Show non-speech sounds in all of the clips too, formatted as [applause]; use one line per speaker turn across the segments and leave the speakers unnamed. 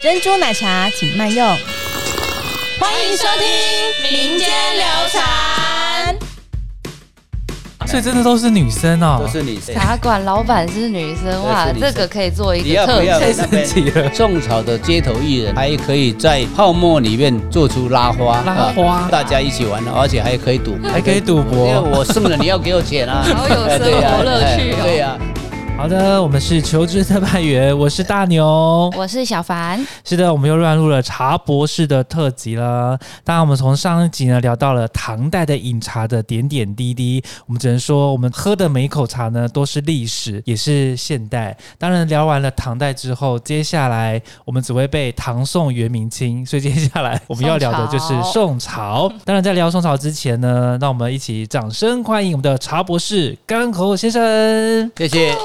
珍珠奶茶请慢用。欢迎收听
民间流传。
所以真的都是女生哦、
都是女生。
茶馆老板是女生，哇，
对是女
这
生
个可以做一
你
个
要
特
不要
辑。
太神奇了。
宋朝的街头艺人还可以在泡沫里面做出拉花，
拉花
啊大家一起玩，而且还可以赌，
[laughs]
还可以赌博
因为我送了，你要给我钱啊！
好啊有
哎对呀
生活乐趣哦
哎对呀，
好的，我们是求知特派员，我是大牛。
我是小凡，
是的，我们又乱入了茶博士的特辑了。当然，我们从上一集呢聊到了唐代的饮茶的点点滴滴，我们只能说我们喝的每一口茶呢都是历史，也是现代。当然，聊完了唐代之后，接下来我们只会被唐宋元明清，所以接下来我们要聊的就是
宋朝
宋朝。当然，在聊宋朝之前呢，让我们一起掌声欢迎我们的茶博士甘口先生。
谢谢
哦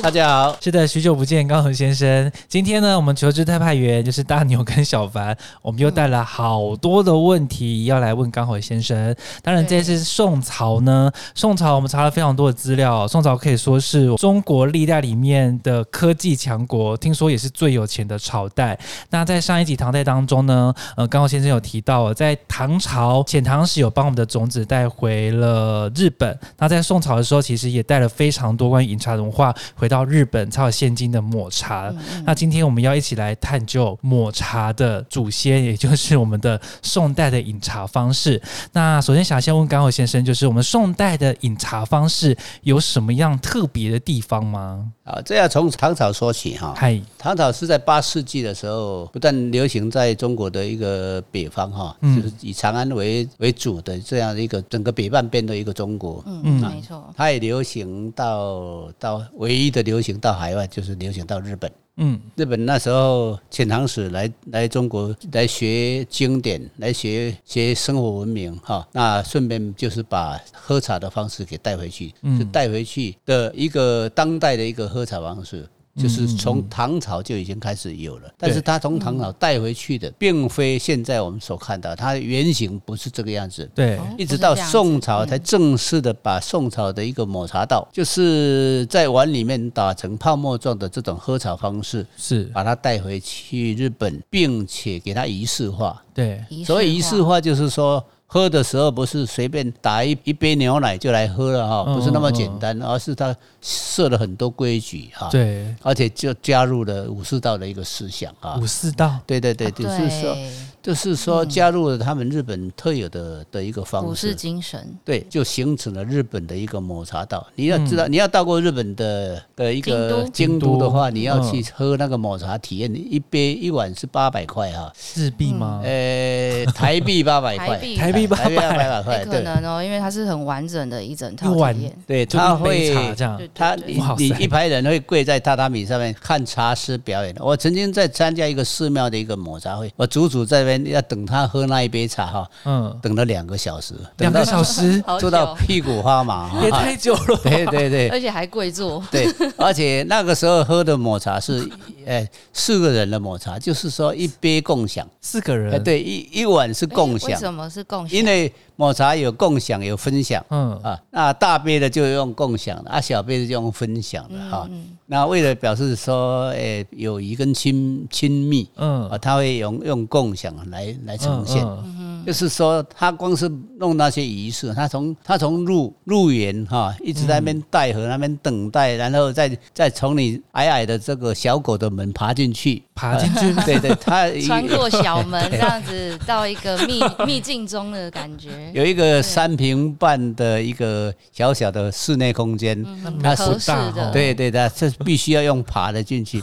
大家好。
是的，许久不见，高恒先生。今天呢，我们求知特派员就是大牛跟小凡，我们又带了好多的问题要来问刚恒先生。当然，
对
这次宋朝呢，宋朝我们查了非常多的资料，宋朝可以说是中国历代里面的科技强国，听说也是最有钱的朝代。那在上一集唐代当中呢，呃，刚刚先生有提到哦，在唐朝遣唐使有帮我们的种子带回了日本。那在宋朝的时候，其实也带了非常多关于饮茶文化回到日本，才有现今的抹茶。那今天我们要一起来探究抹茶的祖先，也就是我们的宋代的饮茶方式。那首先想先问刚好先生，就是我们宋代的饮茶方式有什么样特别的地方吗？
好，啊这要从唐朝说起哈。
嗨，
唐朝是在八世纪的时候，不但流行在中国的一个北方哈，
嗯
就是以长安为为主的这样的一个整个北半边的一个中国，
嗯，没错，
它也流行到到唯一的流行到海外，就是流行到日本。
嗯
日本那时候遣唐使来来中国来学经典，来学学生活文明哈，那顺便就是把喝茶的方式给带回去，
嗯
是带回去的一个当代的一个喝茶方式。就是从唐朝就已经开始有了，但是它从唐朝带回去的，并非现在我们所看到，它的原型不是这个样子。
对，
哦
一直到宋
不
朝
是这样子
才正式的把宋朝的一个抹茶道，就是在碗里面打成泡沫状的这种喝茶方式，
是，
把它带回去日本，并且给它仪式化。
对，
嗯
所谓仪式化，就是说喝的时候不是随便打一一杯牛奶就来喝了哈，
嗯
不是那么
嗯
简单，而是它设了很多规矩哈，
对，
而且就加入了武士道的一个思想啊
五。四道，
对对对，
啊
就是说，就是说，加入了他们日本特有的的一个
股
方
市
式，
精神，
对，就形成了日本的一个抹茶道。你要知道，你要到过日本的的一个
嗯京都
京都的话，你要
嗯
去喝那个抹茶体验，一杯一碗是八百块哈，
四壁吗？
呃，台币八百块，
币
嗯台币
哎台币八
800
百
不
块，
可
对
能哦，因为它是很完整的一整套
一碗
体验，
对，
就
他
一杯茶
会
这样
对，
他
对
你
哇
你
塞
一排人会跪在榻榻米上面看茶师表演。我曾经在参加一个寺庙的一个抹茶会，我祖祖在那边要等他喝那一杯茶哈，
嗯，
等了两个小时，
两
等
个
到
小
[laughs]
时
好
坐到
久，
屁股发麻
[laughs]
哈
也，太久了。
对对对。
而且还跪坐，
对， [laughs] 而且那个时候喝的抹茶是，呃，四个人的抹茶，就是说一杯共享，
四个
哎，
人，，
对，一一碗是共
哎为
享，
什么是共享？
因为抹茶有共享有分享
嗯，
啊，那大杯的就用共享的，啊，小杯的就用分享
嗯
的哈、那为了表示说，诶、友谊跟亲亲密
嗯
啊，，他会用用共享来来呈现。
嗯
就是说，他光是弄那些仪式，他从他从入入园哈，一直在那边待和那边等待，然后再再从你矮矮的这个小狗的门爬
[laughs]
进去，
爬进
[laughs]
去
啊对对，他
穿过小
[laughs]
门，这样子到一个秘秘境中的感
[laughs]
觉，
有一个三平半的一个小小的室内空间，
很
它
嗯合
是。
适的，
对对的，这必须要用爬的进
[laughs]
去，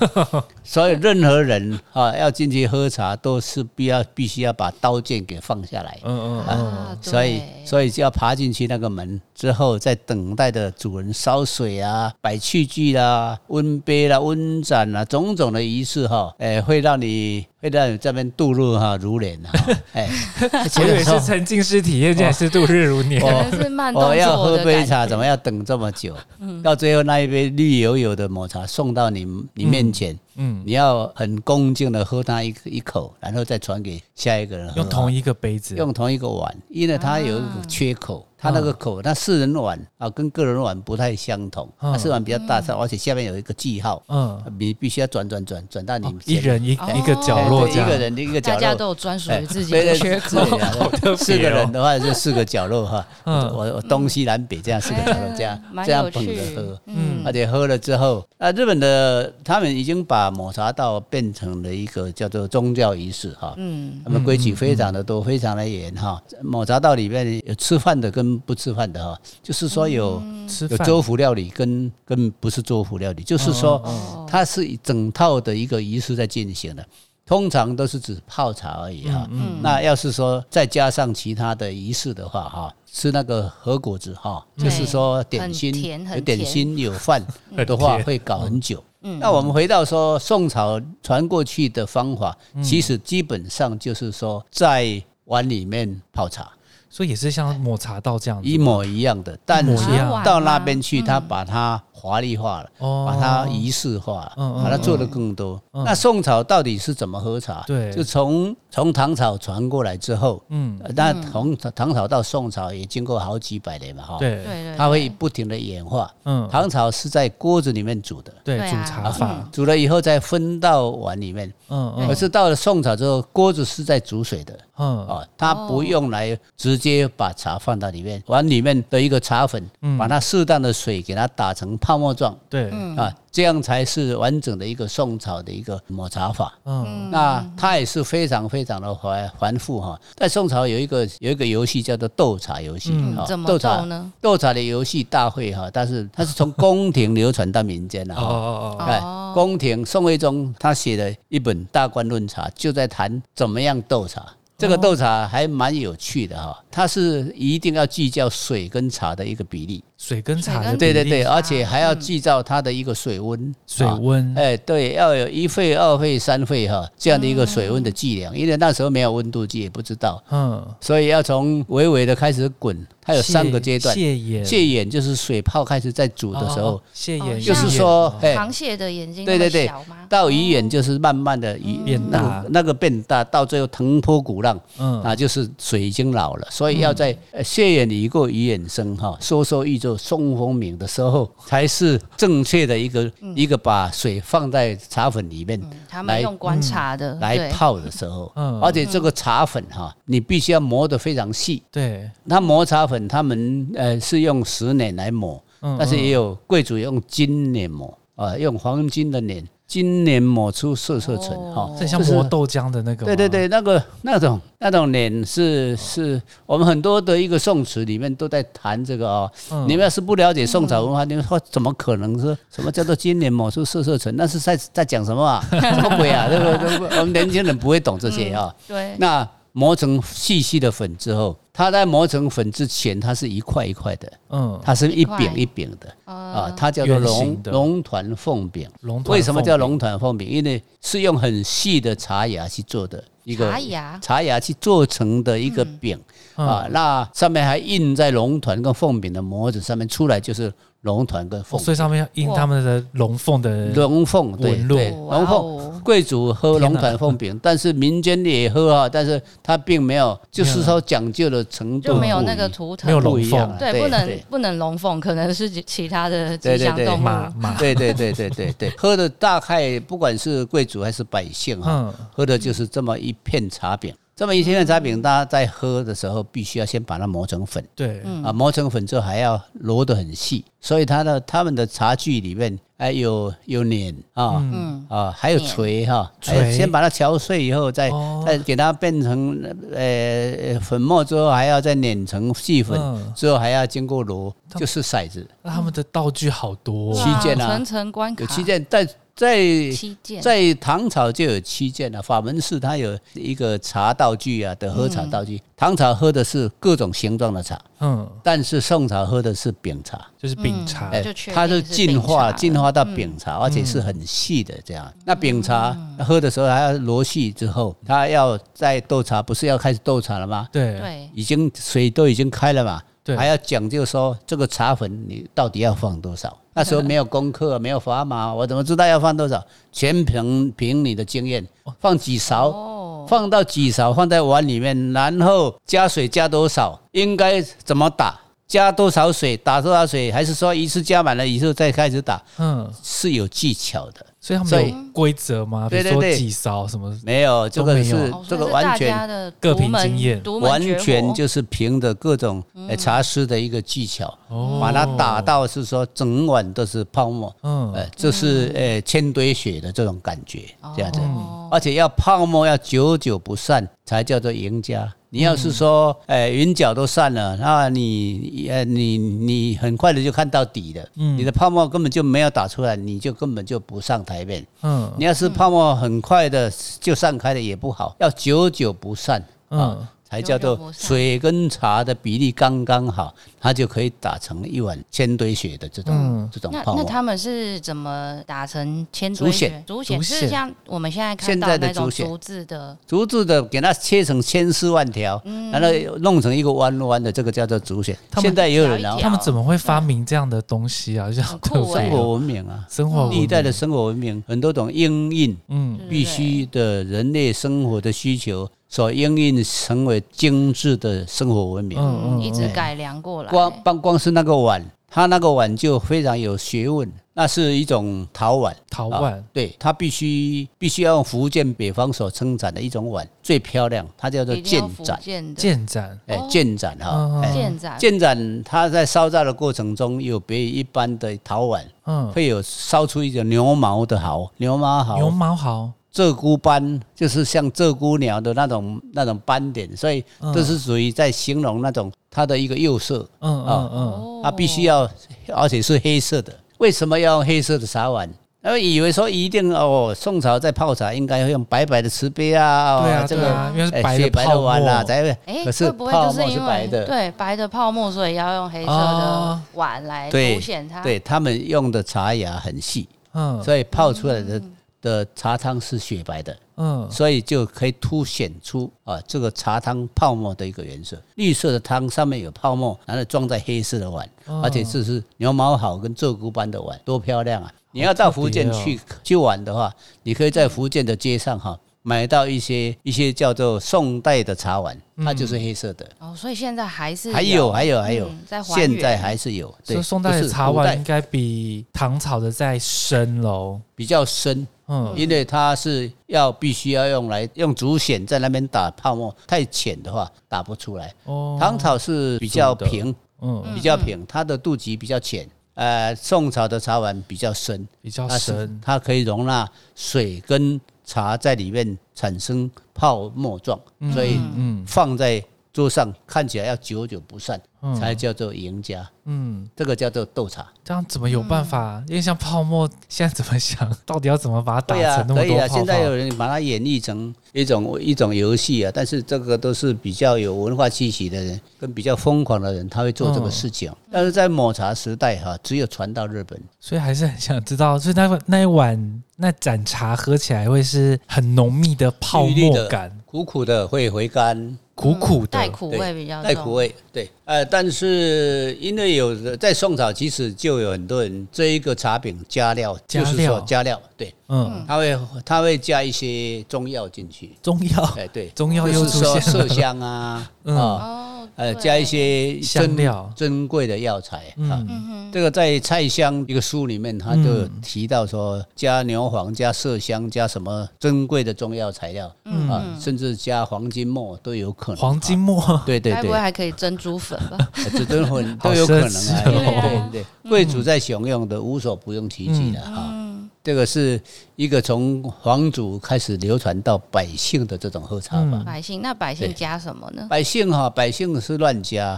所以任何人啊要进去喝茶都是必要必须要把刀剑给放下来。
嗯嗯嗯，
啊，对
所以，所以就要爬进去那个门之后，在等待的主人烧水啊、摆器具啦、温杯啦、温盏啦、种种的仪式哈，哎，会让你会让你这边度日哈如莲
[laughs]
哈，哎，
嗯我以为
所
是
以说
沉浸式体验，竟然是度日如年。
哦
可能是慢动
我要
作
喝
的
杯
感觉。嗯
茶，怎么要等这么久？到最后那一杯绿油油的抹茶送到你你面前，
嗯，
你要很恭敬的喝它一一口，然后再传给下一个人喝。
用同一个杯子，啊
用同一个碗，因为它有一个缺口，它那个口，那四人碗啊跟个人碗不太相同，
嗯
它四人碗比较大而且下面有一个记号，
嗯，
你必须要转转转转到你
哦一人一
哦
一个角
哎
落
对
这样，
一个人的一个
大
角落，
家都有专属
哎
于自己
对
的
对
缺
是
口。
啊
特别哦
四个人的话就四个角落哈，
嗯
我我东西南北这样四个角落这样
哎蛮
这样
有
捧着
趣
喝，
嗯
而且喝了之后，啊，日本的他们已经把抹茶道变成了一个叫做宗教仪式哈。
嗯，
他们规矩非常的多，非常的严哈。抹茶道里面有吃饭的跟不吃饭的哈，就是说有
嗯
吃
有
饭
州府料理跟跟不是州府料理，就是说
哦
它是一整套的一个仪式在进行的，通常都是指泡茶而已哈。
嗯
那要是说再加上其他的仪式的话哈，吃那个和果子哈，
对
就是说点
很
心
甜很
有点
甜
心有饭
很
的话
甜
会搞很久。
嗯
那我们回到说宋朝传过去的方法，
嗯
其实基本上就是说在碗里面泡茶。
所以也是像抹茶道这样子
一模一样的，但
模
是
嗯一样
到那边去，他把它华丽化了，
哦
把它仪式化了，
嗯嗯
把它做得更多。
嗯
那宋朝到底是怎么喝茶？
对
就从从唐朝传过来之后，
嗯，
呃那从唐朝到宋朝也经过好几百年嘛，哈，，
对
对，
对，
它会不停的演化。
嗯，
唐朝是在锅子里面煮的，
对
对
煮
啊
茶法，
煮了以后再分到碗里面。
嗯
可
嗯
是到了宋朝之后，锅子是在煮水的，
嗯，
哦，它不用来直接把茶放到里面，往里面的一个茶粉，
嗯
把它适当的水给它打成泡沫状
对，嗯
啊，这样才是完整的一个宋朝的一个抹茶法。
嗯
那它也是非常非常的繁繁复哈。在宋朝有一个有一个游戏叫做斗茶游戏
嗯
嗯
啊
怎么
斗
斗
茶
呢？
斗茶的游戏大会哈，但是它是从宫廷流传到民间的
哦
哈。
哦哦，
哎
哦，
宫廷宋徽宗他写了一本《大观论茶》，就在谈怎么样斗茶。这个斗茶还蛮有趣的哈、它是一定要计较水跟茶的一个比例，
水跟茶
水
的
跟
比
对
例
对对，而且还要计较它的一个水温，
水
啊
温，
哎，对，要有一沸、二沸、三沸哈、这样的一个水温的计量，因为那时候没有温度计，也不知道，
嗯，
所以要从微微的开始滚，它有三个阶段。
蟹眼，
戒眼就是水泡开始在煮
有
的时候，，
蟹
哦
眼
就是
蟹
说
眼，
哎，
螃蟹的眼睛
对对对
那么小吗？
到鱼眼就是慢慢的鱼
变
那
大
个那个变大，到最后腾波鼓浪，
嗯，
啊，就是水已经老了，所以要在呃血眼已过，鱼眼生哈，梭梭欲作松风鸣的时候，才是正确的一个一个把水放在茶粉里面
嗯他
来
们用观察的，
来
对
泡的时候
嗯，
而且这个茶粉哈，你必须要磨得非常细。
对，
那磨茶粉，他们呃是用石碾来磨，
嗯
但是也有贵族用金碾磨啊，用黄金的碾，金碾磨出色色尘哈
哦，
这像
就是
磨豆浆的那个，
对对，对，那个那种那种脸是是我们很多的一个宋词里面都在谈这个哦。
嗯
你们要是不了解宋朝文化，你们说怎么可能是什么叫做金莲抹出色色尘？那是在在讲什么啊？ [laughs] 什么鬼
[laughs]
啊？对不对？我们年轻人不会懂这
嗯
些啊、
对，
那磨成细细的粉之后，它在磨成粉之前，它是一块一块的，
嗯，
它是一饼
一块
一饼的啊
啊，
它叫做
圆形
龙
的
龙团凤饼。
龙
为什么叫龙
凤
团凤饼？因为是用很细的茶芽去做的一个
茶芽
茶芽去做成的一个饼、
嗯
啊，那上面还印在龙团跟凤饼的模子上面，出来就是龙团跟凤
哦所以上面要印他们的龙凤的，
龙凤对
纹路
对
哇
龙凤。
哦，
贵族喝
天
龙
哪
团凤饼，但是民间也喝啊，但是它并没有，就是说讲究的程度
就没有
不
那个
一啊
图腾，
没有龙
不一样
凤
啊，
对，不能
对
不能龙凤，可能是其他的
对
吉
对
祥
对
动
马
物。
马，
[laughs] 对对对对对对，喝的大概不管是贵族还是百姓啊，
嗯
喝的就是这么一片茶饼。这么一片茶饼，大家在喝的时候，必须要先把它磨成粉
对，
嗯
啊，磨成粉之后还要揉得很细，所以它的他们的茶具里面，哎，有有碾啊
嗯，
啊，还有
碾
锤哈，
锤
哎先把它敲碎以后，再
哦
再给它变成呃粉末之后，还要再碾成细粉
嗯，
之后还要经过揉，就是骰子
那他们的道具好多哦，
七件啊
哇层层关卡，
有七件，在在
七件，
在唐朝就有七件了、法门寺它有一个茶道具啊的喝茶道
嗯
具。唐朝喝的是各种形状的茶，
嗯，
但是宋朝喝的是饼茶。
就是饼茶，
哎
嗯就确定
它是进
是饼茶
化
了嗯
进化到饼茶，而且是很细的这样。那饼茶
嗯
喝的时候还要罗细之后，它要在斗茶，不是要开始斗茶了吗？
对
对，
已经水都已经开了嘛，
对
还要讲究说这个茶粉你到底要放多少？那时候没有功课，没有砝码，我怎么知道要放多少？全凭凭你的经验，放几勺，
哦，
放到几勺，放在碗里面，然后加水加多少，应该怎么打加多少水，打多少水，还是说一次加满了以后再开始打，
嗯，
是有技巧的。
所以他
所
们
以
有规则吗？比如
对对
说
对
几勺什么？
没有，这
都
个
没有
是
哦
这
算
个
是
完
大家
全
的
各
独
凭
门
经验
独门
完
绝
全
活
就是凭着各种
嗯
呃茶师的一个技巧，
哦
把它打，到是说整碗都是泡沫，
嗯
呃，这是
嗯
呃千堆雪的这种感觉，这样子。啊
哦
而且要泡沫要久久不散才叫做赢家。你要是说，
嗯
呃，云脚都散了，那你呃你你很快的就看到底了，
嗯
你的泡沫根本就没有打出来，你就根本就不上台面。
哦
嗯
你要是泡沫很快的就散开了也不好，要久久不散啊。
嗯，
才叫
久久
做
不散
水跟茶的比例刚刚好，它就可以打成一碗千堆雪的这种、
嗯
这种
那
泡沫。
那他们是怎么打成千
竹
堆
筅
雪？竹筅
竹
是
筅
像我们现在看
现
到
在的
那种
竹筅
竹制的，
竹子的给它切成千丝万条，
嗯
然后弄成一个弯弯的，这个叫做竹笋。
他们
现在也有人
一
啊
条一，条
他们怎么会发明这样的东西啊？就像
很
[laughs]
酷
生
欸
活文明啊，
生活
历代的生活文明很多种应运
嗯
对不对
必须的人类生活的需求所应运成为精致的生活文明。
嗯嗯
一直改良过哦来。
光光光是那个碗，它那个碗就非常有学问，那是一种陶碗。
陶
啊
碗，
对，它必须必须要用福建北方所生产的一种碗最漂亮，它叫做
一定
建
要福
盏。
建的
建盏，
哎
哦，
建盏哈
嗯，
哎
建盏，
建盏它在烧造的过程中，有别于一般的陶碗，
嗯，
会有烧出一种牛毛的毫，牛毛
牛
毫、
毛毫，
鹧鸪斑，就是像鹧鸪鸟的那种那种斑点，所以
嗯
这是属于在形容那种它的一个釉色，
嗯嗯
啊
嗯，
哦
它必须要，而且是黑色的。为什么要用黑色的茶碗？而以为说一定哦，宋朝在泡茶应该会用白白的瓷杯啊，
对啊
哦这
对
个
啊，因为是
哎
白
雪
的
白
泡
的
沫
碗啊，才会。
哎，
可是
会不会就
泡沫
因
是
为
白的，
对白的泡沫，所以要用黑色的
啊
碗来凸
对
显它。
对他们用的茶芽很细，
嗯
所以泡出来
嗯
的的茶汤是雪白的，
嗯
所以就可以凸显出啊这个茶汤泡沫的一个原色。绿色的汤上面有泡沫，然后装在黑色的碗，
嗯
而且这是牛毛好跟鹧鸪斑的碗，多漂亮啊！
哦
你要到福建
好特别
去去玩的话，你可以在福建的街上哈、买到一些一些叫做宋代的茶碗，
嗯
它就是黑色的。
哦，所以现在还是
还有还有还有
嗯，在还原
现在还是有。
所以
对，
宋代
不
的
是
茶
古
碗
代
应该比唐朝的再深喽，
比较深，
嗯
因为它是要必须要用来用竹筅在那边打泡沫，太浅的话打不出来。
哦，
唐朝是比较平，
嗯
比较平，它的肚脐比较浅。呃，宋朝的茶碗比较深，
比较
它是
哦深，
它可以容纳水跟茶在里面产生泡沫状，所以
嗯
放在桌上看起来要久久不散，
嗯
才叫做赢家。
嗯，
这个叫做斗茶。
这样怎么有办法？因为像泡沫，现在怎么想？ [laughs] 到底要怎么把它打
嗯对呀、
成那么
可以
多
啊。
泡
现在有
泡？
人把它演绎成一种一种游戏啊，但是这个都是比较有文化气息的人跟比较疯狂的人，他会做这个事情。
嗯
但是在抹茶时代哈、只有传到日本，
所以还是很想知道，所以那那一碗那盏茶喝起来会是很浓密的泡
绿绿
沫
的
感，
苦苦的会回甘，
苦苦
带
的，
苦味比
啊
较重，
带苦味。对，呃，但是因为有的在宋朝，其实就有很多人这一个茶饼加料，
加料
就是说加料，对，
嗯，
他会他会加一些中药进去。
中药
哎，对，
中药又
就
出
是说
现
麝
了，
香啊，
嗯
啊，
哦，
呃，
对
加一，些
香
珍
料
珍贵的药材啊。
嗯
嗯哼，
这个在蔡襄一个书里面，他就有提到说，加牛黄、加麝香、加什么珍贵的中药材料
嗯
啊，
嗯
甚至加黄金末都有可能。
黄金
啊，
末，
对对
该哎不
对
会，还可以珍珠粉吧？
呃这都很
[laughs] 好
都有可能
奢
啊。
侈哦
对对对，贵族在享用的无所不用其极的 [laughs] 啊。
嗯，
这个是一个从皇族开始流传到百姓的这种喝茶法
嗯。
百姓那百
对
姓加什么呢？
百姓哈、百姓是乱加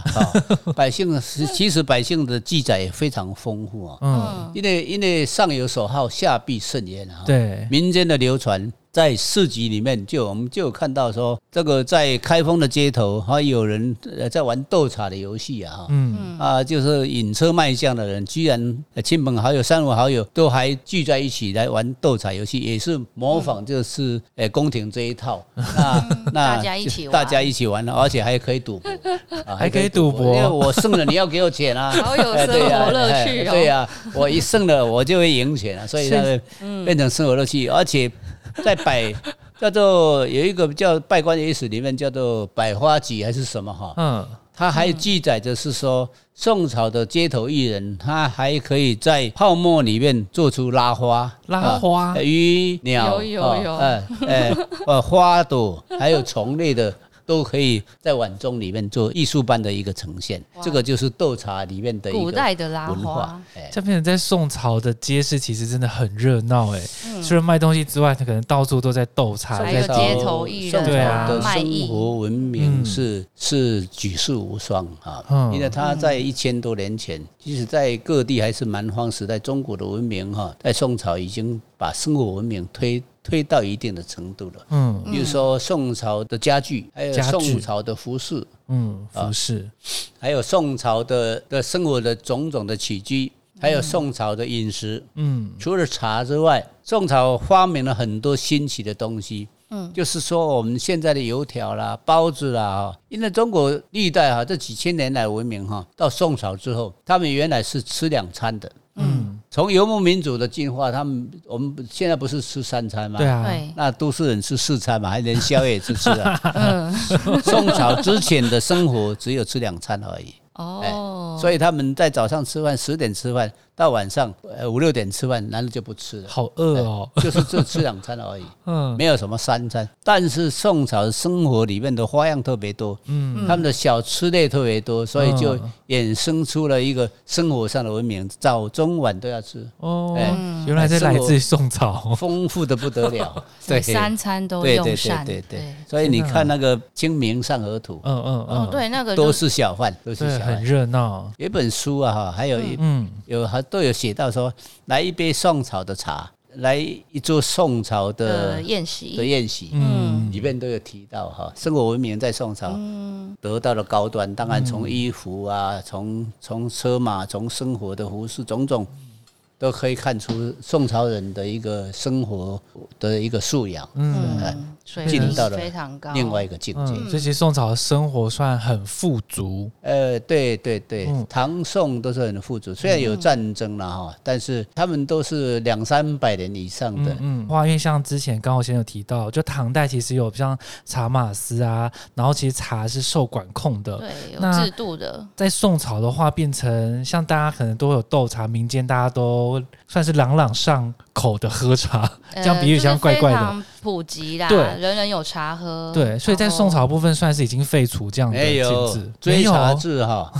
[laughs]
哈、百姓是其实百姓的记载也非常丰富啊、
嗯，
因为因为上有所好，下必甚焉啊。，
对，
民间的流传在市集里面就我们就有看到说，这个在开封的街头还有人呃在玩斗茶的游戏啊哈。
嗯
啊，就是引车卖将的人，居然呃亲朋好友、三五好友都还聚在一起来玩斗彩游戏，也是模仿就是呃宫廷这一套。那那
嗯大家一
就
起玩
大家一起玩，而且还可以
[laughs]
赌博，啊
还可以赌博
因为我胜了你要给我钱啊。
[laughs] 好有
哎
生
对呀
活乐
哎
趣哦
[laughs] 对呀，我一胜了我就会赢钱啊，所以
是
它会
嗯
变成生活乐趣，而且在百。叫做有一个叫《拜官野史》里面叫做百花集还是什么哈？
嗯，
它还记载着是说，宋朝的街头艺人，他还可以在泡沫里面做出拉花、
拉花
啊鱼、鸟、
有有
哦
有
呃
[laughs]
呃呃花朵，还有虫类的。都可以在碗中里面做艺术般的一个呈现，
哇
这个就是斗茶里面的一个
古代的拉
文化
花，。
哎
这边在宋朝的街市其实真的很热闹哎，除了卖东西之外，它可能到处都在斗茶。
还有
宋朝
街头艺人
宋朝
啊
的
卖
生
艺
活
嗯
文明是、是举世无双啊！
嗯
因为它在一千多年前，即使在各地还是蛮荒时代，中国的文明哈、在宋朝已经把生活文明推推到一定的程度了。
嗯
比如说宋朝的家具，还有
家具
宋朝的服饰，
嗯，服饰
还有宋朝的的生活的种种的起居，还有宋朝的饮食，
嗯
除了茶之外，宋朝发明了很多新奇的东西。嗯，就是说我们现在的油条啦、包子啦，哈，因为中国历代啊哈这几千年来文明哈，到宋朝之后，他们原来是吃两餐的。
嗯，
从游牧民族的进化，他们我们现在不是吃三餐吗？
对啊，
[laughs]
对，
那都市人吃四餐嘛，还连宵夜也是吃
[laughs]
啊。
嗯
宋朝之前的生活只有吃两餐而已。
哦，
哎所以他们在早上吃饭，十点吃饭，到晚上呃五六点吃饭，然后就不吃
[laughs]
了，
好饿哦，
就是就吃两餐而已，
嗯
没有什么三餐。但是宋朝生活里面的花样特别多，
嗯，
他们的小吃类特别多，所以就
嗯
衍生出了一个生活上的文明，早中晚都要吃，
哦
哎，
原来是来自于宋朝，
丰富的不得了。对，
每三餐都
对
用
对
膳，
对对对，所以你看那个《清明上河图
[laughs] 嗯嗯
哦
嗯，，
对，那个》，
都
就是
小贩，都是
对，
小
很
贩。
热闹，
有一本书啊，哈，还有一
嗯
有还都有写到说，来一杯宋朝的茶，来一桌宋朝的
呃宴
的
席，
宴席，
嗯
里面都有提到哈，生活文明在宋朝得到了高端，当然从衣服啊，从从车马，从生活的服饰种种。都可以看出宋朝人的一个生活的一个素养，
嗯
嗯，水
进
平
到了
非常高，
另外一个境界。
嗯，所以其实宋朝的生活算很富足，
呃，对对对，
嗯
唐宋都是很富足，虽然有战争了哈，但是他们都是两三百年以上的，
嗯，哇，因为像之前刚好先有提到，就唐代其实有像茶马司啊，然后其实茶是受管控的。
对有
那
制度的，
在宋朝的话，变成像大家可能都有斗茶，民间大家都算是朗朗上口的喝茶，这样比喻像怪怪
呃就
的。
是非常普及啦，
对
人人有茶喝，
对，所以在
然后
宋朝部分算是已经废除这样的
没
禁
有
止，
哎追查
没有
制哈，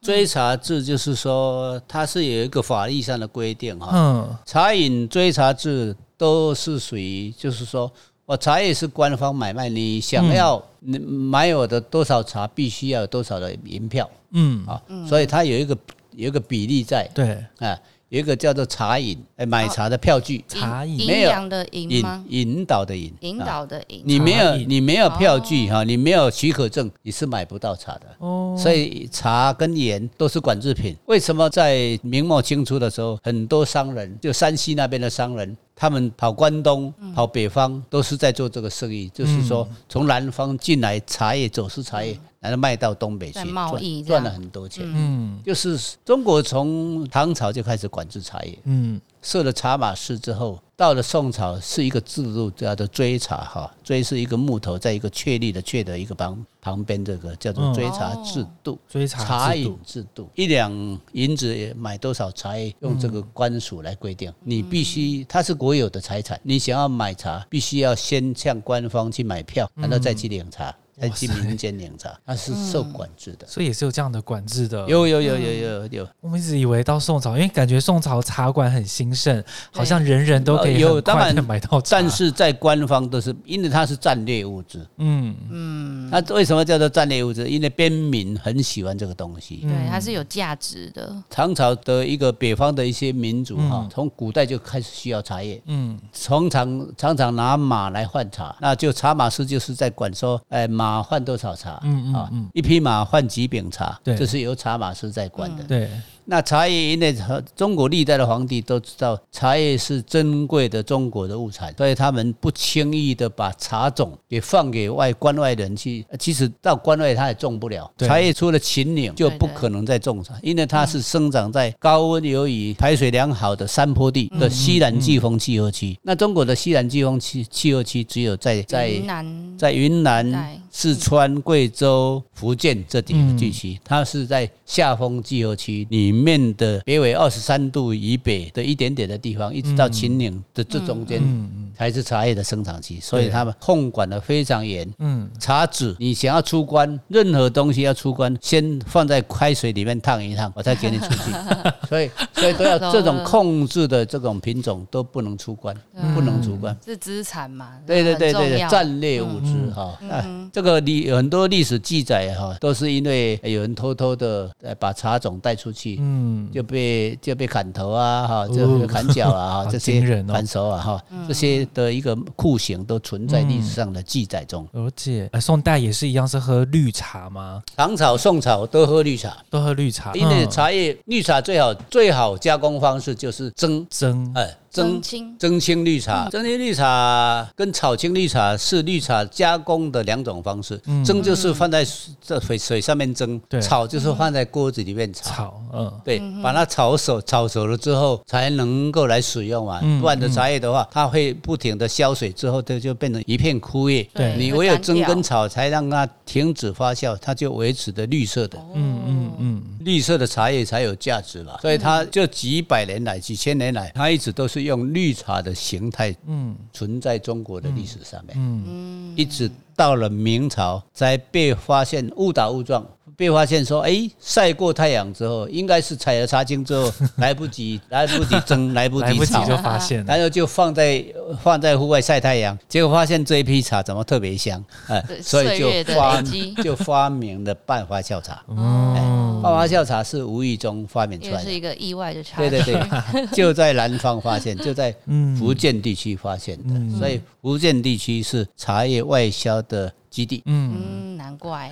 追查制就是说它是有一个法律上的规定哈，
嗯
茶饮追查制都是属于就是说。我茶叶是官方买卖，你想
嗯
要你买我的多少茶，必须要有多少的银票
嗯，
啊，所以它有一个有一个比例在
对，
啊，有一个叫做茶饮，哎，买茶的票据，
营
茶饮
营
没有
养的
引
营哦吗？
引导的引，
引
啊
导哦的引，
你没
茶
有
饮
你没有票据哈，你没有许可证，你是买不到茶的。
哦，
所以茶跟盐都是管制品。为什么在明末清初的时候，很多商人，就山西那边的商人，他们跑关东、
嗯
跑北方，都是在做这个生意，就是说从南方进来茶叶、走私茶叶，然后卖到东北去
嗯在，贸易
赚赚
这
了
样
很多钱。
嗯
就是中国从唐朝就开始管制茶叶，
嗯
设了茶马市之后，到了宋朝是一个制度叫做追茶哈，追是一个木头，在一个确立的确的一个旁旁边这个叫
嗯
做追
哦
茶制度。
追查
茶
制
饮
度
制度，嗯一两银子买多少茶叶，用这个官署来规定。你必须，它是国有的财产，你想要买茶，必须要先向官方去买票，然后再去领茶，再去民间领茶，嗯嗯它是受管制的。
所以也是有这样的管制的。
有有有有有有，
我们一直以为到宋朝，因为感觉宋朝茶馆很兴盛，好像人人都可以
呃有
很
当
快
然
的买到茶。
但，是在官方都是，因为它是战略物资。
嗯，
那为什么叫做战略物资？因为边民很喜欢这个东西。
对，
嗯
它是有价值的，
唐朝的一个北方的一些民族哈
嗯，
从古代就开始需要茶叶，
嗯，
常常常常拿马来换茶，那就茶马师就是在管说，哎，马换多少茶，
嗯嗯
啊
嗯，
一匹马换几饼茶，
对
这是由茶马师在管的。
对，
那茶叶因为中国历代的皇帝都知道，茶叶是珍贵的中国的物产，所以他们不轻易的把茶种给放给外关外人去。呃其实到关外他也种不了
对
茶叶，除了秦岭就不
对对
可能再种茶，因为它是生长在高温有雨、排水良好的山坡地的西南季风气候区。那中国的西南季风气气候区只有在在
云南
在云南
在
四川、贵州、福建这几个地区，它是在下风季候区里面的北纬二十三度以北的一点点的地方，一直到秦岭的这中间
嗯嗯
才是茶叶的生长期，所以
对
他们控管的非常严。
嗯，
茶籽，你想要出关，任何东西要出关，先放在开水里面烫一烫，我再给你出
[laughs]
去。所以，所以都要这种控制的这种品种都不能出关，
嗯
不能出关。
是资产嘛？
对对
很
对对
重
对，
要嗯
战略物资哈，啊这个历很多历史记载哈，都是因为有人偷偷的把茶种带出去，
嗯，
就被就被砍头啊，哈，
哦
就被砍脚啊，
[laughs] 好
哈，这些
惊人哦
反手啊，哈，
嗯
这些的一个酷刑都存在历史上的记载
嗯
中。
而且、呃、宋代也是一样是喝绿茶吗？
唐朝、宋朝都喝绿茶，
都喝绿茶，
因为
嗯
茶叶绿茶最好最好加工方式就是蒸，
蒸
哎，
增
蒸。
青
蒸青绿
嗯
茶，蒸青绿茶跟炒青绿茶是绿茶加工的两种方式。
嗯
蒸就是放在这水水上面蒸
对，
炒就是放在锅子里面炒。
草，嗯
对，把它炒熟，炒熟了之后才能够来使用嘛。
嗯
不然的茶叶的话，它会不停的消水之后，它就变成一片枯叶。
对
你唯有蒸跟炒，才让它停止发酵，它就维持的绿色的。
嗯嗯嗯，
绿色的茶叶才有价值嘛，所以它就几百年来、几千年来，它一直都是用绿茶的形态
嗯
存在中国的历史上面。
嗯
一直到了明朝才被发现误打误撞。被发现说，哎，晒过太阳之后，应该是采了茶精之后，来不
[laughs]
及，来不及蒸，来不
来
及
不及
炒，
就发现了，
然后就放在放在户外晒太阳，结果发现这一批茶怎么特别香，哎、
对
所以
岁月
就
的
发
累积
就发明了半发酵茶。
嗯，
半发酵茶是无意中发明出
也
来
哎是
的，
一个意外的差
对
距。
对对，
[laughs]
就在南方发现，就在
嗯
福建地区发现的，
嗯
所以福建地区是茶叶外销的基地。
嗯。
嗯，难怪。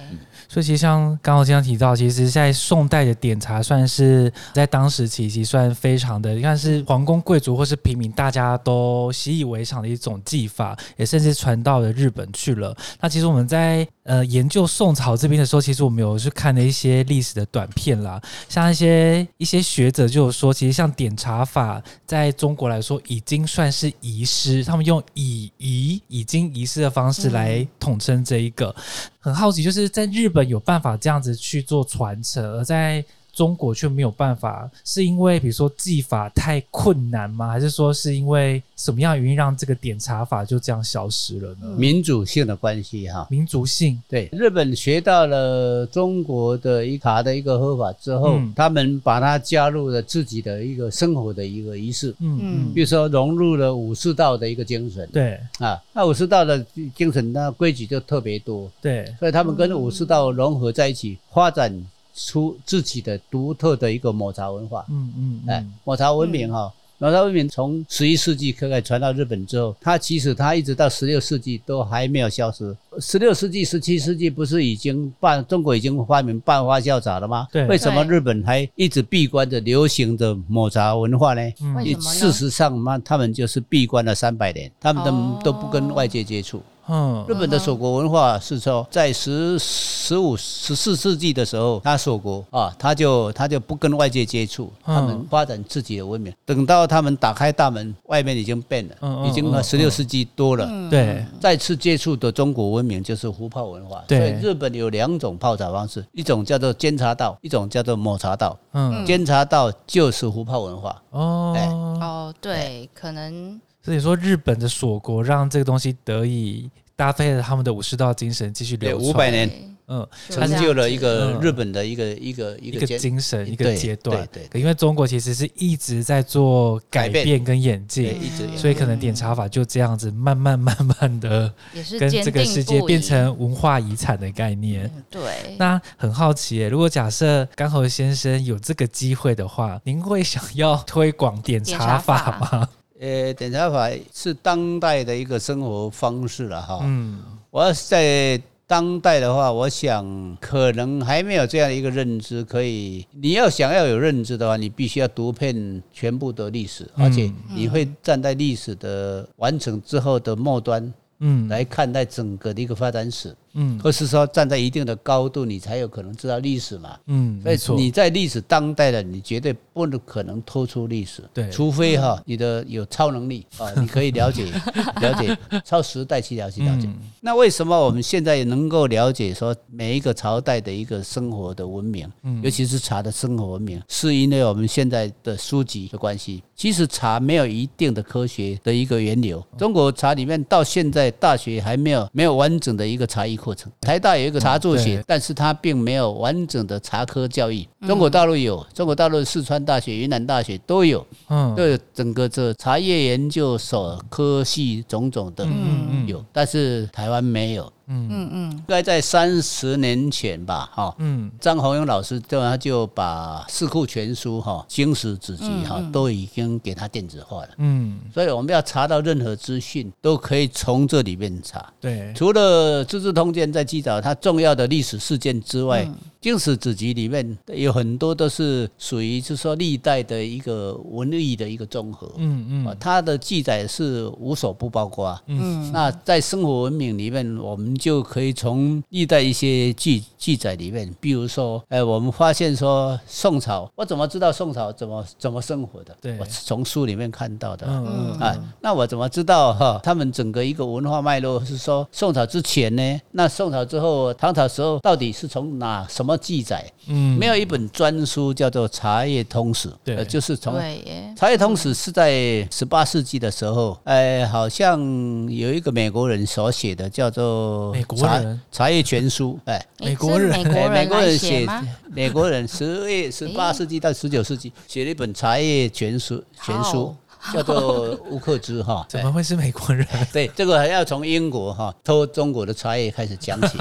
所以其实像刚刚经常提到，其实，在宋代的点茶算是在当时其实算非常的，你看是皇宫贵族或是平民大家都习以为常的一种技法，也甚至传到了日本去了。那其实我们在呃研究宋朝这边的时候，其实我们有去看了一些历史的短片啦，像一些一些学者就有说，其实像点茶法在中国来说已经算是遗失，他们用以遗已经遗失的方式来统称这一个。 [laughs] 很好奇，就是在日本有办法这样子去做传承，而在中国却没有办法，是因为比如说技法太困难吗？还是说是因为什么样的原因让这个点茶法就这样消失了呢？
民主性的关系哈。
民族性，
对，日本学到了中国的一茶的一个喝法之后，
嗯
他们把它加入了自己的一个生活的一个仪式，
嗯嗯，
比如说融入了武士道的一个精神
对
啊。那武士道的精神，那规矩就特别多，
对，
所以他们跟武士道融合在一起，发展出自己的独特的一个抹茶文化。
嗯嗯
哎
嗯，
抹茶文明哈、抹茶文明从十一世纪开始传到日本之后，它其实它一直到十六世纪都还没有消失。十六世纪、十七世纪不是已经半中国已经发明半发酵茶了吗？
对
为什么
对
日本还一直闭关着流行着抹茶文化呢？
嗯
为什么呢？
事实上嘛，他们就是闭关了三百年，他们
哦
都都不跟外界接触。
嗯
日本的锁国文化是说，在十十五、十四世纪的时候，他锁国啊，他就他就不跟外界接触，
嗯
他们发展自己的文明。等到他们打开大门，外面已经变
嗯嗯
了，已经呃
嗯
十六世纪多了。
嗯
对，
再次接触的中国文明就是壶泡文化，所
对
以日本有两种泡茶方式，一种叫做煎茶道，一种叫做抹茶道。
嗯
煎茶道就是壶泡文化，
哦，
哦，
哎
对，可能
所以说日本的锁国让这个东西得以搭配了他们的武士道精神继续
对，
流
五
传，
百年
对
嗯，
就
成就哎了一
这
个
样子
日本的一个一个一
嗯一
个
个
煎
精神一个
对
阶段，
对对
因为中国其实是一直在做改
改变
变跟演
对，
进，
一直
嗯所以可能点茶法就这样子慢慢慢慢的
嗯也是
跟
坚
这个
定
世界
不
变
移
成文化遗产的概念。
嗯对，
那很好奇耶，如果假设干侯先生有这个机会的话，您会想要推广点茶法
点茶
[laughs]
吗？
呃，点茶法是当代的一个生活方式了哈。
嗯
我要是在当代的话，我想可能还没有这样的一个认知，可以。你要想要有认知的话，你必须要读遍全部的历史，
嗯
而且你会站在历史的完成之后的末端
嗯，
来看待整个的一个发展史。
嗯
或是说站在一定的高度，你才有可能知道历史嘛。
嗯，
所以
没错，
你在历史当代的，你绝对不可能脱出历史，
对
除非哈、你的有超能力啊、你可以了解 [laughs] 了解超时代去了解了解。
嗯
那为什么我们现在能够了解说每一个朝代的一个生活的文明，
嗯
尤其是茶的生活文明，是因为我们现在的书籍的关系。其实茶没有一定的科学的一个源流，
嗯
中国茶里面到现在大学还没有没有完整的一个茶艺课程，台大有一个茶助学
嗯对，
但是它并没有完整的茶科教育。
嗯
中国大陆有，中国大陆四川大学、云南大学都有，
嗯，
对整个这茶叶研究所科系种种的
嗯嗯
有，但是台湾没有。
嗯嗯
应该在三十年前吧，哈、
嗯
张宏勇老师，对吧？他就把《四库全书》哈、经史子集哈、都已经给它电子化了。
嗯，
所以我们要查到任何资讯，都可以从这里面查。
对，嗯
除了《资治通鉴》在记载它重要的历史事件之外，
嗯
经史子集》里面有很多都是属于就是说历代的一个文艺的一个综合。
嗯
啊
嗯，
它的记载是无所不包括。
嗯
那在生活文明里面，我们就可以从历代一些记记载里面，比如说，哎，我们发现说宋朝，我怎么知道宋朝怎么怎么生活的？
对
我是从书里面看到的。
嗯
啊，那我怎么知道哈？他们整个一个文化脉络是说宋朝之前呢？那宋朝之后，唐朝时候到底是从哪什么记载？
嗯，
没
有，
有一本专书叫做《茶叶通史》，
对
呃就是从
对耶，
茶叶通史是在十八世纪的时候，呃，好像有一个美国人所写的，叫做
美国
茶
人
茶叶全书》。哎，
诶
美国人
是美国
哎美
人
国
来
人
写
写
吗？，
[laughs] 美国人十月十八世纪到十九世纪写了一本《茶叶全书》全书，叫做乌克之哈。
[laughs] 怎么会是美国人？啊
哎对，这个还要从英国哈偷中国的茶叶开始讲
[laughs]
起。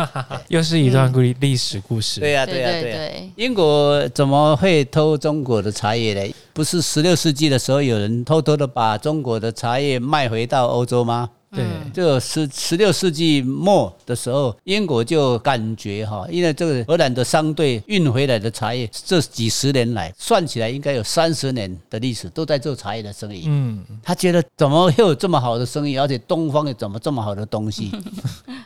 又是一段故历历史故事。
对呀、
对
啊
对
对呀、对呀、
对，
英国怎么会偷中国的茶叶嘞？不是十六世纪的时候，有人偷偷的把中国的茶叶卖回到欧洲吗？
对，
这十十六世纪末的时候，英国就感觉哈，因为这个荷兰的商队运回来的茶叶，这几十年来算起来应该有三十年的历史，都在做茶叶的生意。
嗯，
[laughs] 他觉得怎么会有这么好的生意，而且东方有怎么这么好的东西？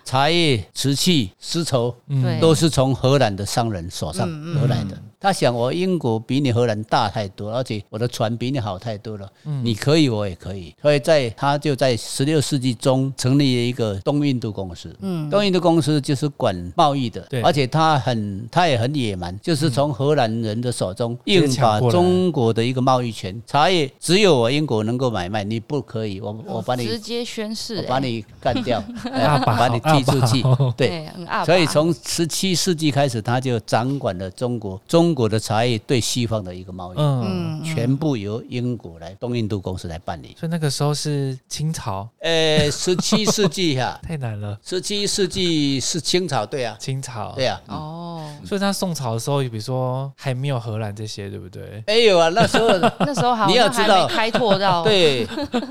茶叶、瓷器、丝绸，
嗯
对
都是从荷兰的商人手上
嗯
得来的。他想，我英国比你荷兰大太多，而且我的船比你好太多了。
嗯
你可以，我也可以。所以在他就在十六世纪中成立了一个东印度公司。
嗯
东印度公司就是管贸易的
对，
而且他很他也很野蛮，就是从荷兰人的手中
接
硬
抢
把
过来
中国的一个贸易权，茶叶只有我英国能够买卖，你不可以，我我把
直
你
接宣
我
誓，
把你干掉，
[laughs] 阿
哎
宝
把你踢出
[laughs]
去
阿哦宝，
对。
哎对，很阿爸
所以从十七世纪开始，他就掌管了中国中国的茶叶对西方的一个贸易，
嗯，
嗯
全部由英国来东印度公司来办理。
所以那个时候是清朝，，
呃，十七世纪哈 [laughs]
太难了，
十七世纪是清朝，对啊，
清朝。
对啊。
哦，
所以他宋朝的时候，比如说还没有荷兰这些，对不对？
没有啊，那
[laughs]
时候
那时候好
你要
像
知
还
道
没开拓到，
[laughs] 对，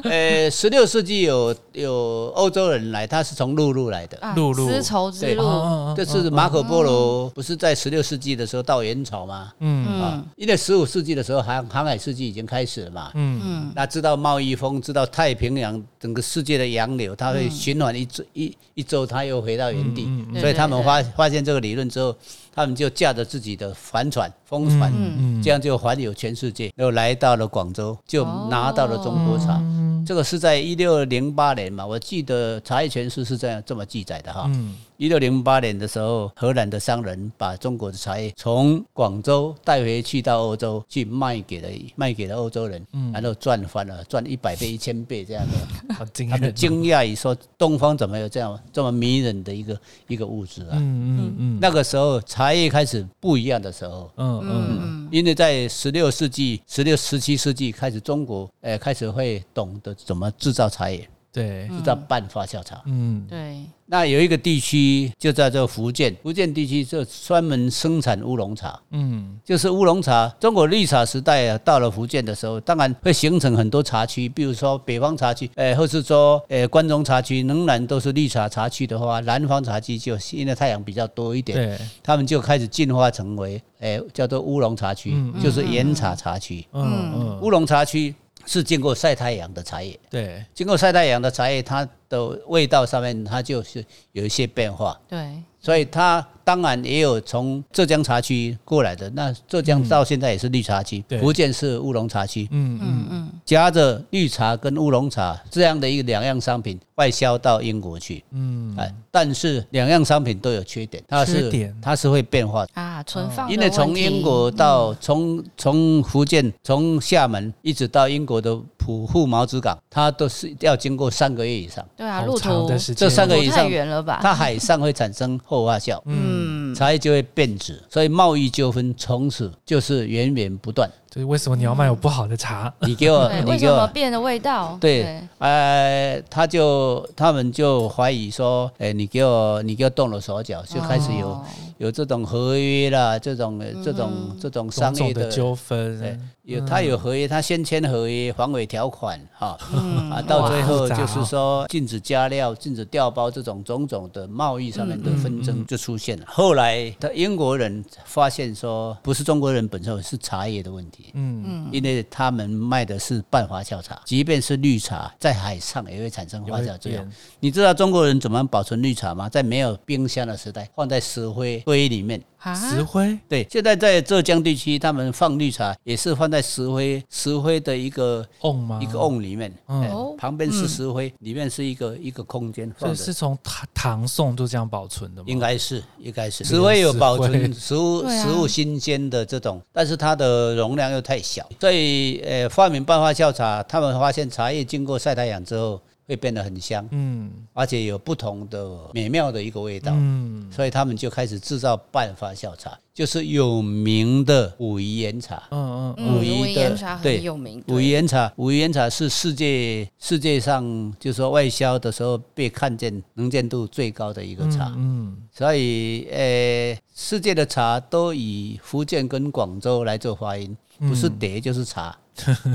呃，十六世纪有有欧洲人来，他是从陆路来的，
啊
陆路
丝绸之
对
路，
哦
这是马可波罗不是在十六世纪的时候到元朝吗？
嗯
啊
嗯，
因为十五世纪的时候航航海世纪已经开始了嘛，
嗯
嗯
那知道贸易风，知道太平洋整个世界的洋流，它会循环一周、一一周，它又回到原地。
嗯
嗯
所以他们发
对
发现这个理论之后，他们就驾着自己的帆船、风船，
嗯嗯
这样就环游全世界，又来到了广州，就
哦
拿到了中国
嗯
茶。这个是在一六零八年嘛，我记得《茶叶全书》是这样这么记载的哈。
嗯
一六零八年的时候，荷兰的商人把中国的茶叶从广州带回去到欧洲去卖给了卖给了欧洲人，然后赚翻了，赚一百倍、一千倍这样的。
嗯，好惊
他们
人。
惊讶于说，东方怎么有这样这么迷人的一个一个物质啊？
嗯嗯嗯，
那个时候茶叶开始不一样的时候。
嗯嗯
嗯
因为在十六世纪、十六、十七世纪开始，中国呃开始会懂得怎么制造茶叶，
对，
制造半发酵茶。
嗯
对，
那有一个地区就在这福建，福建地区就专门生产乌龙茶，
嗯
就是乌龙茶。中国绿茶时代啊，到了福建的时候，当然会形成很多茶区，比如说北方茶区，呃，或是说呃关中茶区，仍然都是绿茶茶区的话，南方茶区就因为太阳比较多一点，
对，嗯
他们就开始进化成为呃叫做乌龙茶区，
嗯
就是岩茶茶区。
嗯嗯
乌龙茶区是经过晒太阳的茶叶，
对，
经过晒太阳的茶叶，它的味道上面，它就是有一些变化。
对，
所以它当然也有从浙江茶区过来的，那浙江到现在也是绿茶区，
嗯对
福建是乌龙茶区，
嗯嗯，
嗯嗯，
夹着绿茶跟乌龙茶这样的一个两样商品外销到英国去。
嗯，
哎，但是两样商品都有缺点，它
缺
是
点
它是会变化的。
啊，存放的
哦因为从
问题
英国到从从福建从厦门一直到英国的浦富毛子港，它都是要经过三个月以上，
对啊，
好
路
长
途
的时间，
这三个
路
以
途
上
太远了吧？
它海上会产生后发酵，
嗯，
茶叶就会变质，所以贸易纠纷从此就是源源
[laughs]
不断。
就是为什么你要卖我不好的茶？
你给我
对，，为
你
什
给
么
我。
变的味道？
对，呃，他就他们就怀疑说，哎、你给我，你给我动了手脚，就开始有、
哦嗯
有这种合约啦，这种呃这种、这种
种
商
种
业
的
的
纠纷，
对，有他有合约，他先签合约，防伪条款哈、
嗯
啊，到最
哇
后
复杂
就
哦
是说禁止加料、禁止调包这种种种的贸易上面的
嗯
纷
嗯
争就出现了。后来他英国人发现说，不是中国人本身是茶叶的问题。
嗯，
因为他们卖的是半发酵茶，即便是绿茶，在海上也会产生
有
发酵
一
作用
点。，
你知道中国人怎么保存绿茶吗？在没有冰箱的时代，放在石灰堆里面，
啊，
石灰，
对，现在在浙江地区，他们放绿茶也是放在石灰石灰的一个、
瓮吗？
一个瓮里面，
嗯
哎
哦
旁边是石灰，里面是一个一个空间放
这
的。
嗯是从唐唐宋就这样保存的吗？
应该是，应该是
这个
石灰有
哦石
保
灰
存食物、
对啊
食物新鲜的这种，但是它的容量又太小，所以呃，发明半发酵茶，他们发现茶叶经过晒太阳之后会变得很香，
嗯
而且有不同的美妙的一个味道。
嗯
所以他们就开始制造半发酵茶，就是有名的武夷岩茶。
嗯嗯，
嗯，
武夷
无
的
岩茶
对
很有名，
武夷岩茶，武夷岩茶是世界世界上就是说外销的时候被看见能见度最高的一个茶，
嗯
所以呃，世界的茶都以福建跟广州来做发音，
嗯
不是碟就是茶，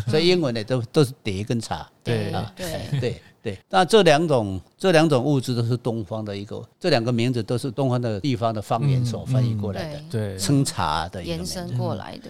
所以英文呢都都是碟跟茶。
对
啊，
对
哎对对，那这两种这两种物质都是东方的一个，这两个名字都是东方的地方的方言所翻译过来的，
对，
嗯对，
称茶的一嗯个名
延
字。
伸过来的，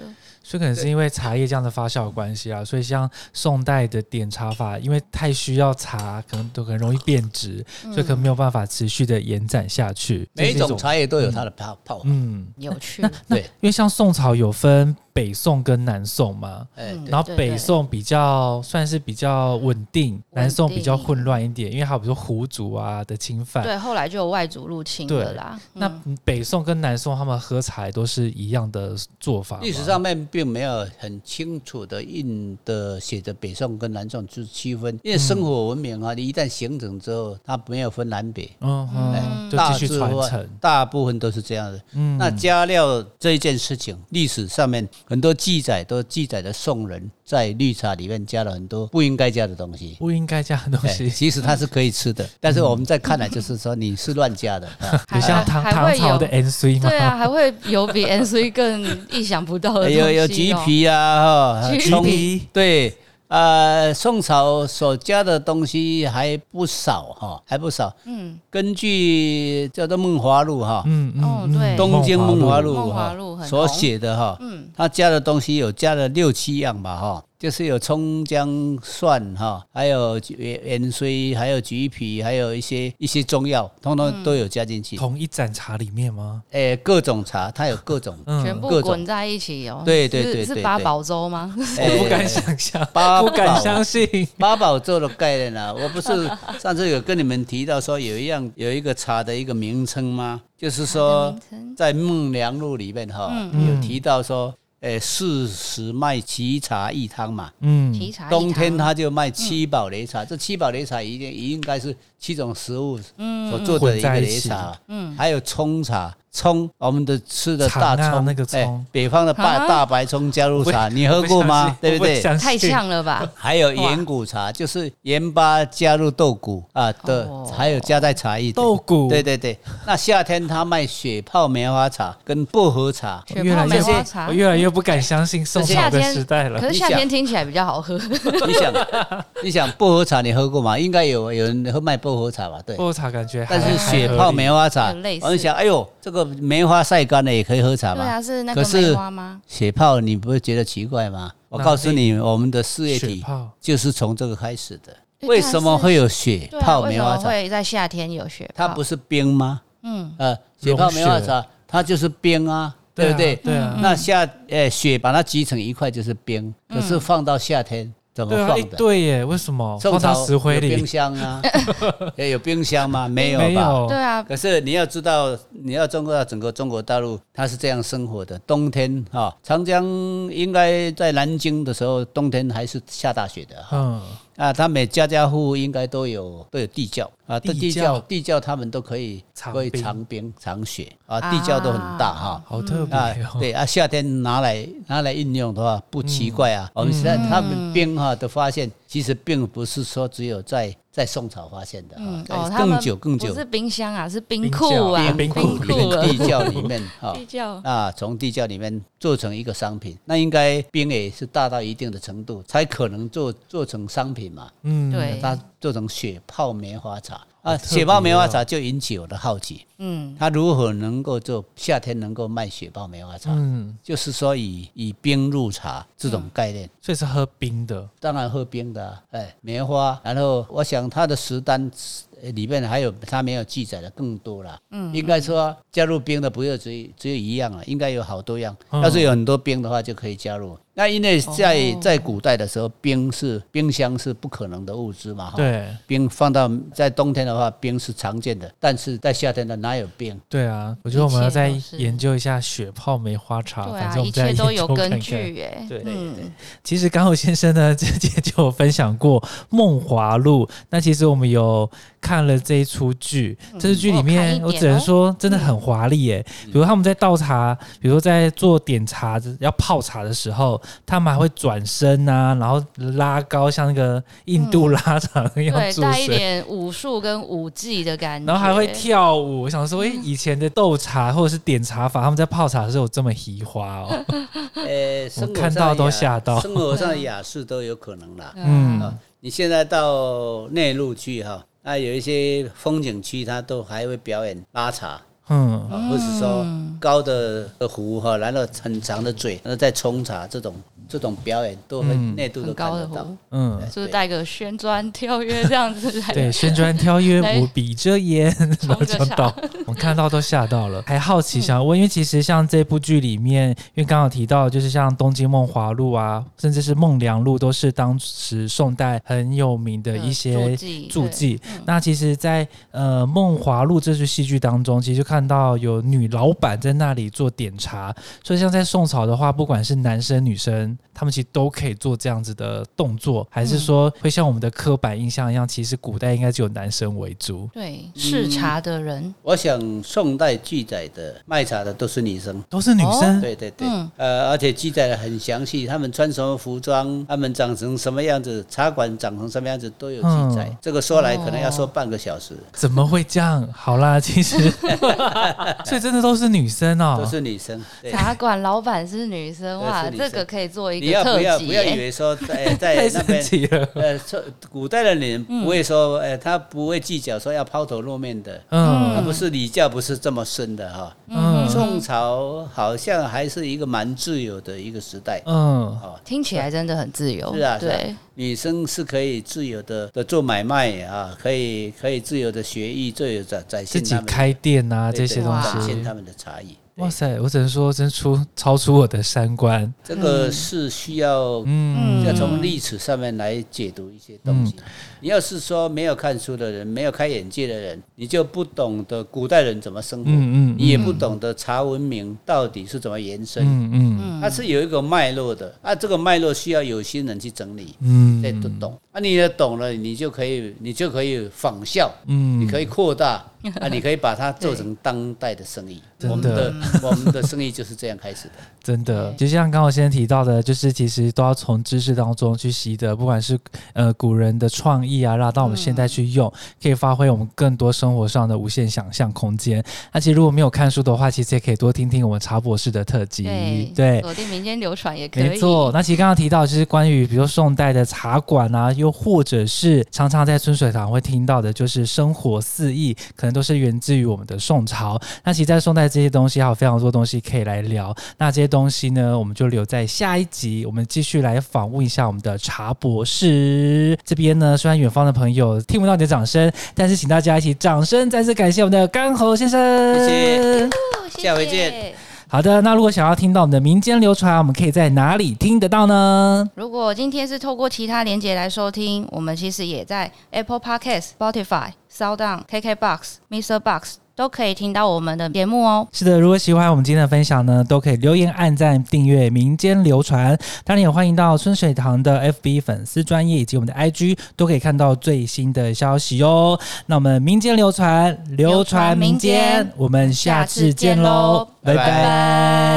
所以可能是因为茶叶这样的发酵的关系啊，所以像宋代的点茶法，因为太需要茶，可能都很容易变质，
嗯
所以可能没有办法持续的延展下去。
嗯每一
这是
种茶叶都有它的泡泡法，
嗯，
有
[laughs]
趣，
对，
因为像宋朝有分北宋跟南宋嘛，
哎，
嗯
对
然后
对
北
对
宋比较算是比较稳定，南宋比较混乱一点，因为还有比如说胡族啊的侵犯。
对，后来就有外族入侵
对
了啦。
那
嗯
北宋跟南宋他们喝茶也都是一样的做法吗，
历史上面并没有很清楚的印的写着北宋跟南宋之区分，因为生活文明啊，你一旦形成之后，它没有分南北，
嗯哼，
嗯
就
哎大
继续
致
传
化
承。
大部分都是这样的。
嗯，
那加料这一件事情，历史上面很多记载都记载的宋人在绿茶里面加了很多不应该加的东西。
不应该加的 [laughs] 东
哎
西。
其实它是可以吃的，但是我们在看来就是说你是乱加的，啊
还
有像唐
还
唐
会
朝的
有
NC 吗？
对啊，还会有比 N C 更意想不
[laughs]
到的东西哦
有哎有橘，皮啊，哈，
橘
葱
皮
对，呃，宋朝所加的东西还不少哈，还不少。
嗯，
根据叫做《梦华录》哈，
嗯嗯
哦
嗯
对
东京梦华录》
梦华
哈
录很
所
红
写的哈，
嗯，
他加的东西有加了六七样吧，哈，就是有葱姜蒜哈，还有盐盐水，还有橘皮，还有一些一些中药，通
嗯
通都有加进去。
同一盏茶里面吗？，
诶、各种茶它有各种
嗯，
全部
各种
滚在一起哦。
对对对
是
对
是八
对
宝粥吗？
[laughs]
诶
我不敢想象，
哎八
不敢
宝
相信。
八宝粥的概念啊，我不是上次有跟你们提到说有一样有一个茶的一个名称吗？就
[laughs]
是说
名称
在《孟良录》里面哈、
嗯
有提到说，诶、四十卖奇茶一汤嘛，
嗯
提茶嗯
冬天
它
他就卖七宝擂茶，这七宝擂茶一定应该是七种食物所做
混
的一个
在一
擂
起
茶，
嗯
还有葱茶，葱我们的吃的大
长啊
葱
那个
哎
葱
北方的大
啊
大白葱加入茶，你喝过吗？对不对？
太
像。
呛了
[laughs]
吧？
还有盐骨茶，就是盐巴加入豆谷啊的，
哦
还有加在茶叶里
豆谷
对对对，那夏天他卖雪泡梅花茶跟薄荷
[laughs]
茶，
我
雪
越
泡
来
梅
越
花茶
我，越来越不敢相信宋朝的时代
可
了。
是夏天听起来比较好
[laughs]
喝。
你想你想薄荷茶你喝过吗？应该有有人会卖薄荷茶吧？对。
哦
薄荷茶感觉还，
但是雪
还合
泡
理
梅花茶
很类，似
我就想，哎呦，这个梅花晒干了也可以喝茶
对
嘛。
啊，是那个
可是
梅花吗？
雪泡你不会觉得奇怪吗？我告诉你，我们的事业
雪
体
泡
就是从这个开始的。为什么会有雪
对啊
泡
为
棉
什
花
么
茶？
会在夏天有雪
它
泡
不是冰吗？
嗯，
呃，雪泡
融
棉花
雪
茶它就是冰啊，对
对
不对
啊？对
嗯
啊，
那夏呃雪把它挤成一块就是冰，可是放到夏天怎
嗯
么
对啊，哎
放的？
对耶，为什么
宋
放
朝
到石灰
有
里
冰？箱
[laughs]
啊，也有冰箱吗？没有吧？
没有，
对啊，
可是你要知道，你要中国到整个中国大陆，它是这样生活的。冬天哈、长江应该在南京的时候，冬天还是下大雪的哈。
嗯，
啊，他每家家户户应该都有都有地窖啊，
地窖
地窖地窖他们都可以
藏
可以
冰
藏冰藏雪啊，
啊
地窖都很大哈。
好特别
啊，
哦。
对啊，夏天拿来拿来应用的话不奇怪啊。我们现在
嗯
他们冰哈、都发现，其实并不是说只有在在宋朝发现的
嗯
啊，，在
哦，他
更
们
久更久
不是冰箱啊，是冰
冰
库啊，
窖冰库
库
冰
啊，
地窖里面
[laughs]
哈。
地窖，
啊，从地窖里面做成一个商品，那应该冰也是大到一定的程度，才可能做做成商品嘛。
嗯，
对
它做成雪泡棉花茶
好
啊，
特别
雪泡棉花
哦
茶就引起我的好奇，
嗯，
它如何能够做夏天能够卖雪泡棉花茶？
嗯，
就是说以以冰入茶这种概念。
所以是喝冰的，
当然喝冰的、啊，哎，棉花。然后我想它的食单呃里面还有它没有记载的更多啦。嗯，应该说加入冰的不要只有只有一样了，应该有好多样。
嗯
要是有很多冰的话，就可以加入。那因为在、
哦
在古代的时候，冰是冰箱是不可能的物资嘛，哈。
对
冰放到在冬天的话，冰是常见的，但是在夏天的哪有冰？
对啊，我觉得我们要再
一切都是
研究一下雪泡梅花茶，
对
反
啊，
正我
一
们再
切
研
都有
究看
根
看
据耶，
对
嗯，
其实刚好先生呢， [laughs] 之前就有分享过《梦华录》，那其实我们有看了这一出剧，这出剧里面、
我有看一点哦嗯
我只能说真的很华丽耶。比如他们在倒茶，比如说在做点茶要泡茶的时候，他们还会转身啊，然后拉高像那个印度拉长一样
嗯对，
注
带一
水。
点武术跟武技的感觉，
然后还会跳舞，我想
嗯
说，哎、以前的斗茶或者是点茶法，他们在泡茶的时候有这么移花
[laughs]
哦。
啊
呃，生活上的
看到都
雅
吓到
生活上的雅士都有可能啦。
嗯，
你现在到内陆去哈，那有一些风景区，它都还会表演拉茶，
嗯，
啊或是说高的湖哈，然后很长的嘴，然后再冲茶这种这种表演都很
嗯
内陆都
很
看
高
得
的
到
湖。，
嗯，
就是带个旋转跳跃这样子来，
对，旋转跳跃
来
舞比着眼，然
冲着
后
嗯
就
上 [laughs]
到，我看到都吓到了，还好奇想问，因为其实像这部剧里面，因为刚好提到，就是像《东京梦华录》啊，甚至是《梦良录》，都是当时宋代很有名的
嗯
一些
技
注
对
记。那其实在，呃《梦华录》这出戏剧当中，其实就看到有女老板在那里做点茶，所以像在宋朝的话，不管是男生女生，他们其实都可以做这样子的动作，还是说会像我们的刻板印象一样，其实古代应该只有男生为主。
对视察的人，
我想宋代记载的卖茶的都是女生。
都是女生，
对对对，
嗯
呃，而且记载的很详细，他们穿什么服装，他们长成什么样子，茶馆长成什么样子都有记载。
嗯
这个说来可能要说半个小时，
怎么会这样？好啦，其 [laughs] 实，所以真的都是女生哦、
都是女生。对，
茶馆老板是女生，
对
哇，
是女
这
生
个可以做一
你
个
要不要
特辑
不要以
耶，
为说在在
太
那
神
边。
奇了。
呃，说古代的人不会说，呃，他不会计较说要抛头露面的，
嗯
啊，不是礼教不是这么深的哈。
嗯
宋朝好像还是一个蛮自由的一个时代，
嗯
啊，
听起来真的很自由，
是啊，是啊
对，
女生是可以自由的的做买卖啊，可以可以自由的学艺，自由的展
自
现
己
他们
开店啊
对
这些
对
东
展现
西
他。们的茶艺。对
哇塞，我只能说真出超出我的三观。
这个是需要
嗯
要从历史上面来解读一些东西。你要是说没有看书的人，没有开眼界的人，你就不懂得古代人怎么生活，
嗯嗯
你也不懂得茶文明到底是怎么延伸。
嗯嗯
它是有一个脉络的，啊，这个脉络需要有心人去整理，
嗯，
对，都懂。啊，你也懂了，你就可以，你就可以仿效，
嗯，
你可以
[laughs]
扩大，啊，你可以把它做成当代的生意。
真的
我们的我们的生意就是这样开始的。
真的，就像刚刚我先提到的，就是其实都要从知识当中去习得，不管是呃古人的创意啊，然后到我们现在去用，
嗯
可以发挥我们更多生活上的无限想象空间。那其实如果没有看书的话，其实也可以多听听我们茶博士的特辑，
对锁定民间流传也可以，
没错，，那其实刚刚提到就是关于比如说宋代的茶馆啊，又或者是常常在春水堂会听到的，就是生活肆意，可能能都是源自于我们的宋朝。那其实，在宋代这些东西还有非常多东西可以来聊。那这些东西呢，我们就留在下一集，我们继续来访问一下我们的茶博士。这边呢，虽然远方的朋友听不到你的掌声，但是请大家一起掌声，再次感谢我们的干侯先生。
谢谢
哦谢
下回
谢
见。
好的，那如果想要听到我们的民间流传，我们可以在哪里听得到呢？
如果今天是透过其他连接来收听，我们其实也在 Apple Podcast、Spotify、SoundOn、KKBox、Mr. Box 都可以听到我们的节目哦。
是的，如果喜欢我们今天的分享呢，都可以留言、按赞、订阅《民间流传》。当然也欢迎到春水堂的 FB 粉丝专业以及我们的 IG，都可以看到最新的消息哦。那我们《民间流传》，流
流
传
传
民
民间
间，我们下次见喽，
拜拜
拜拜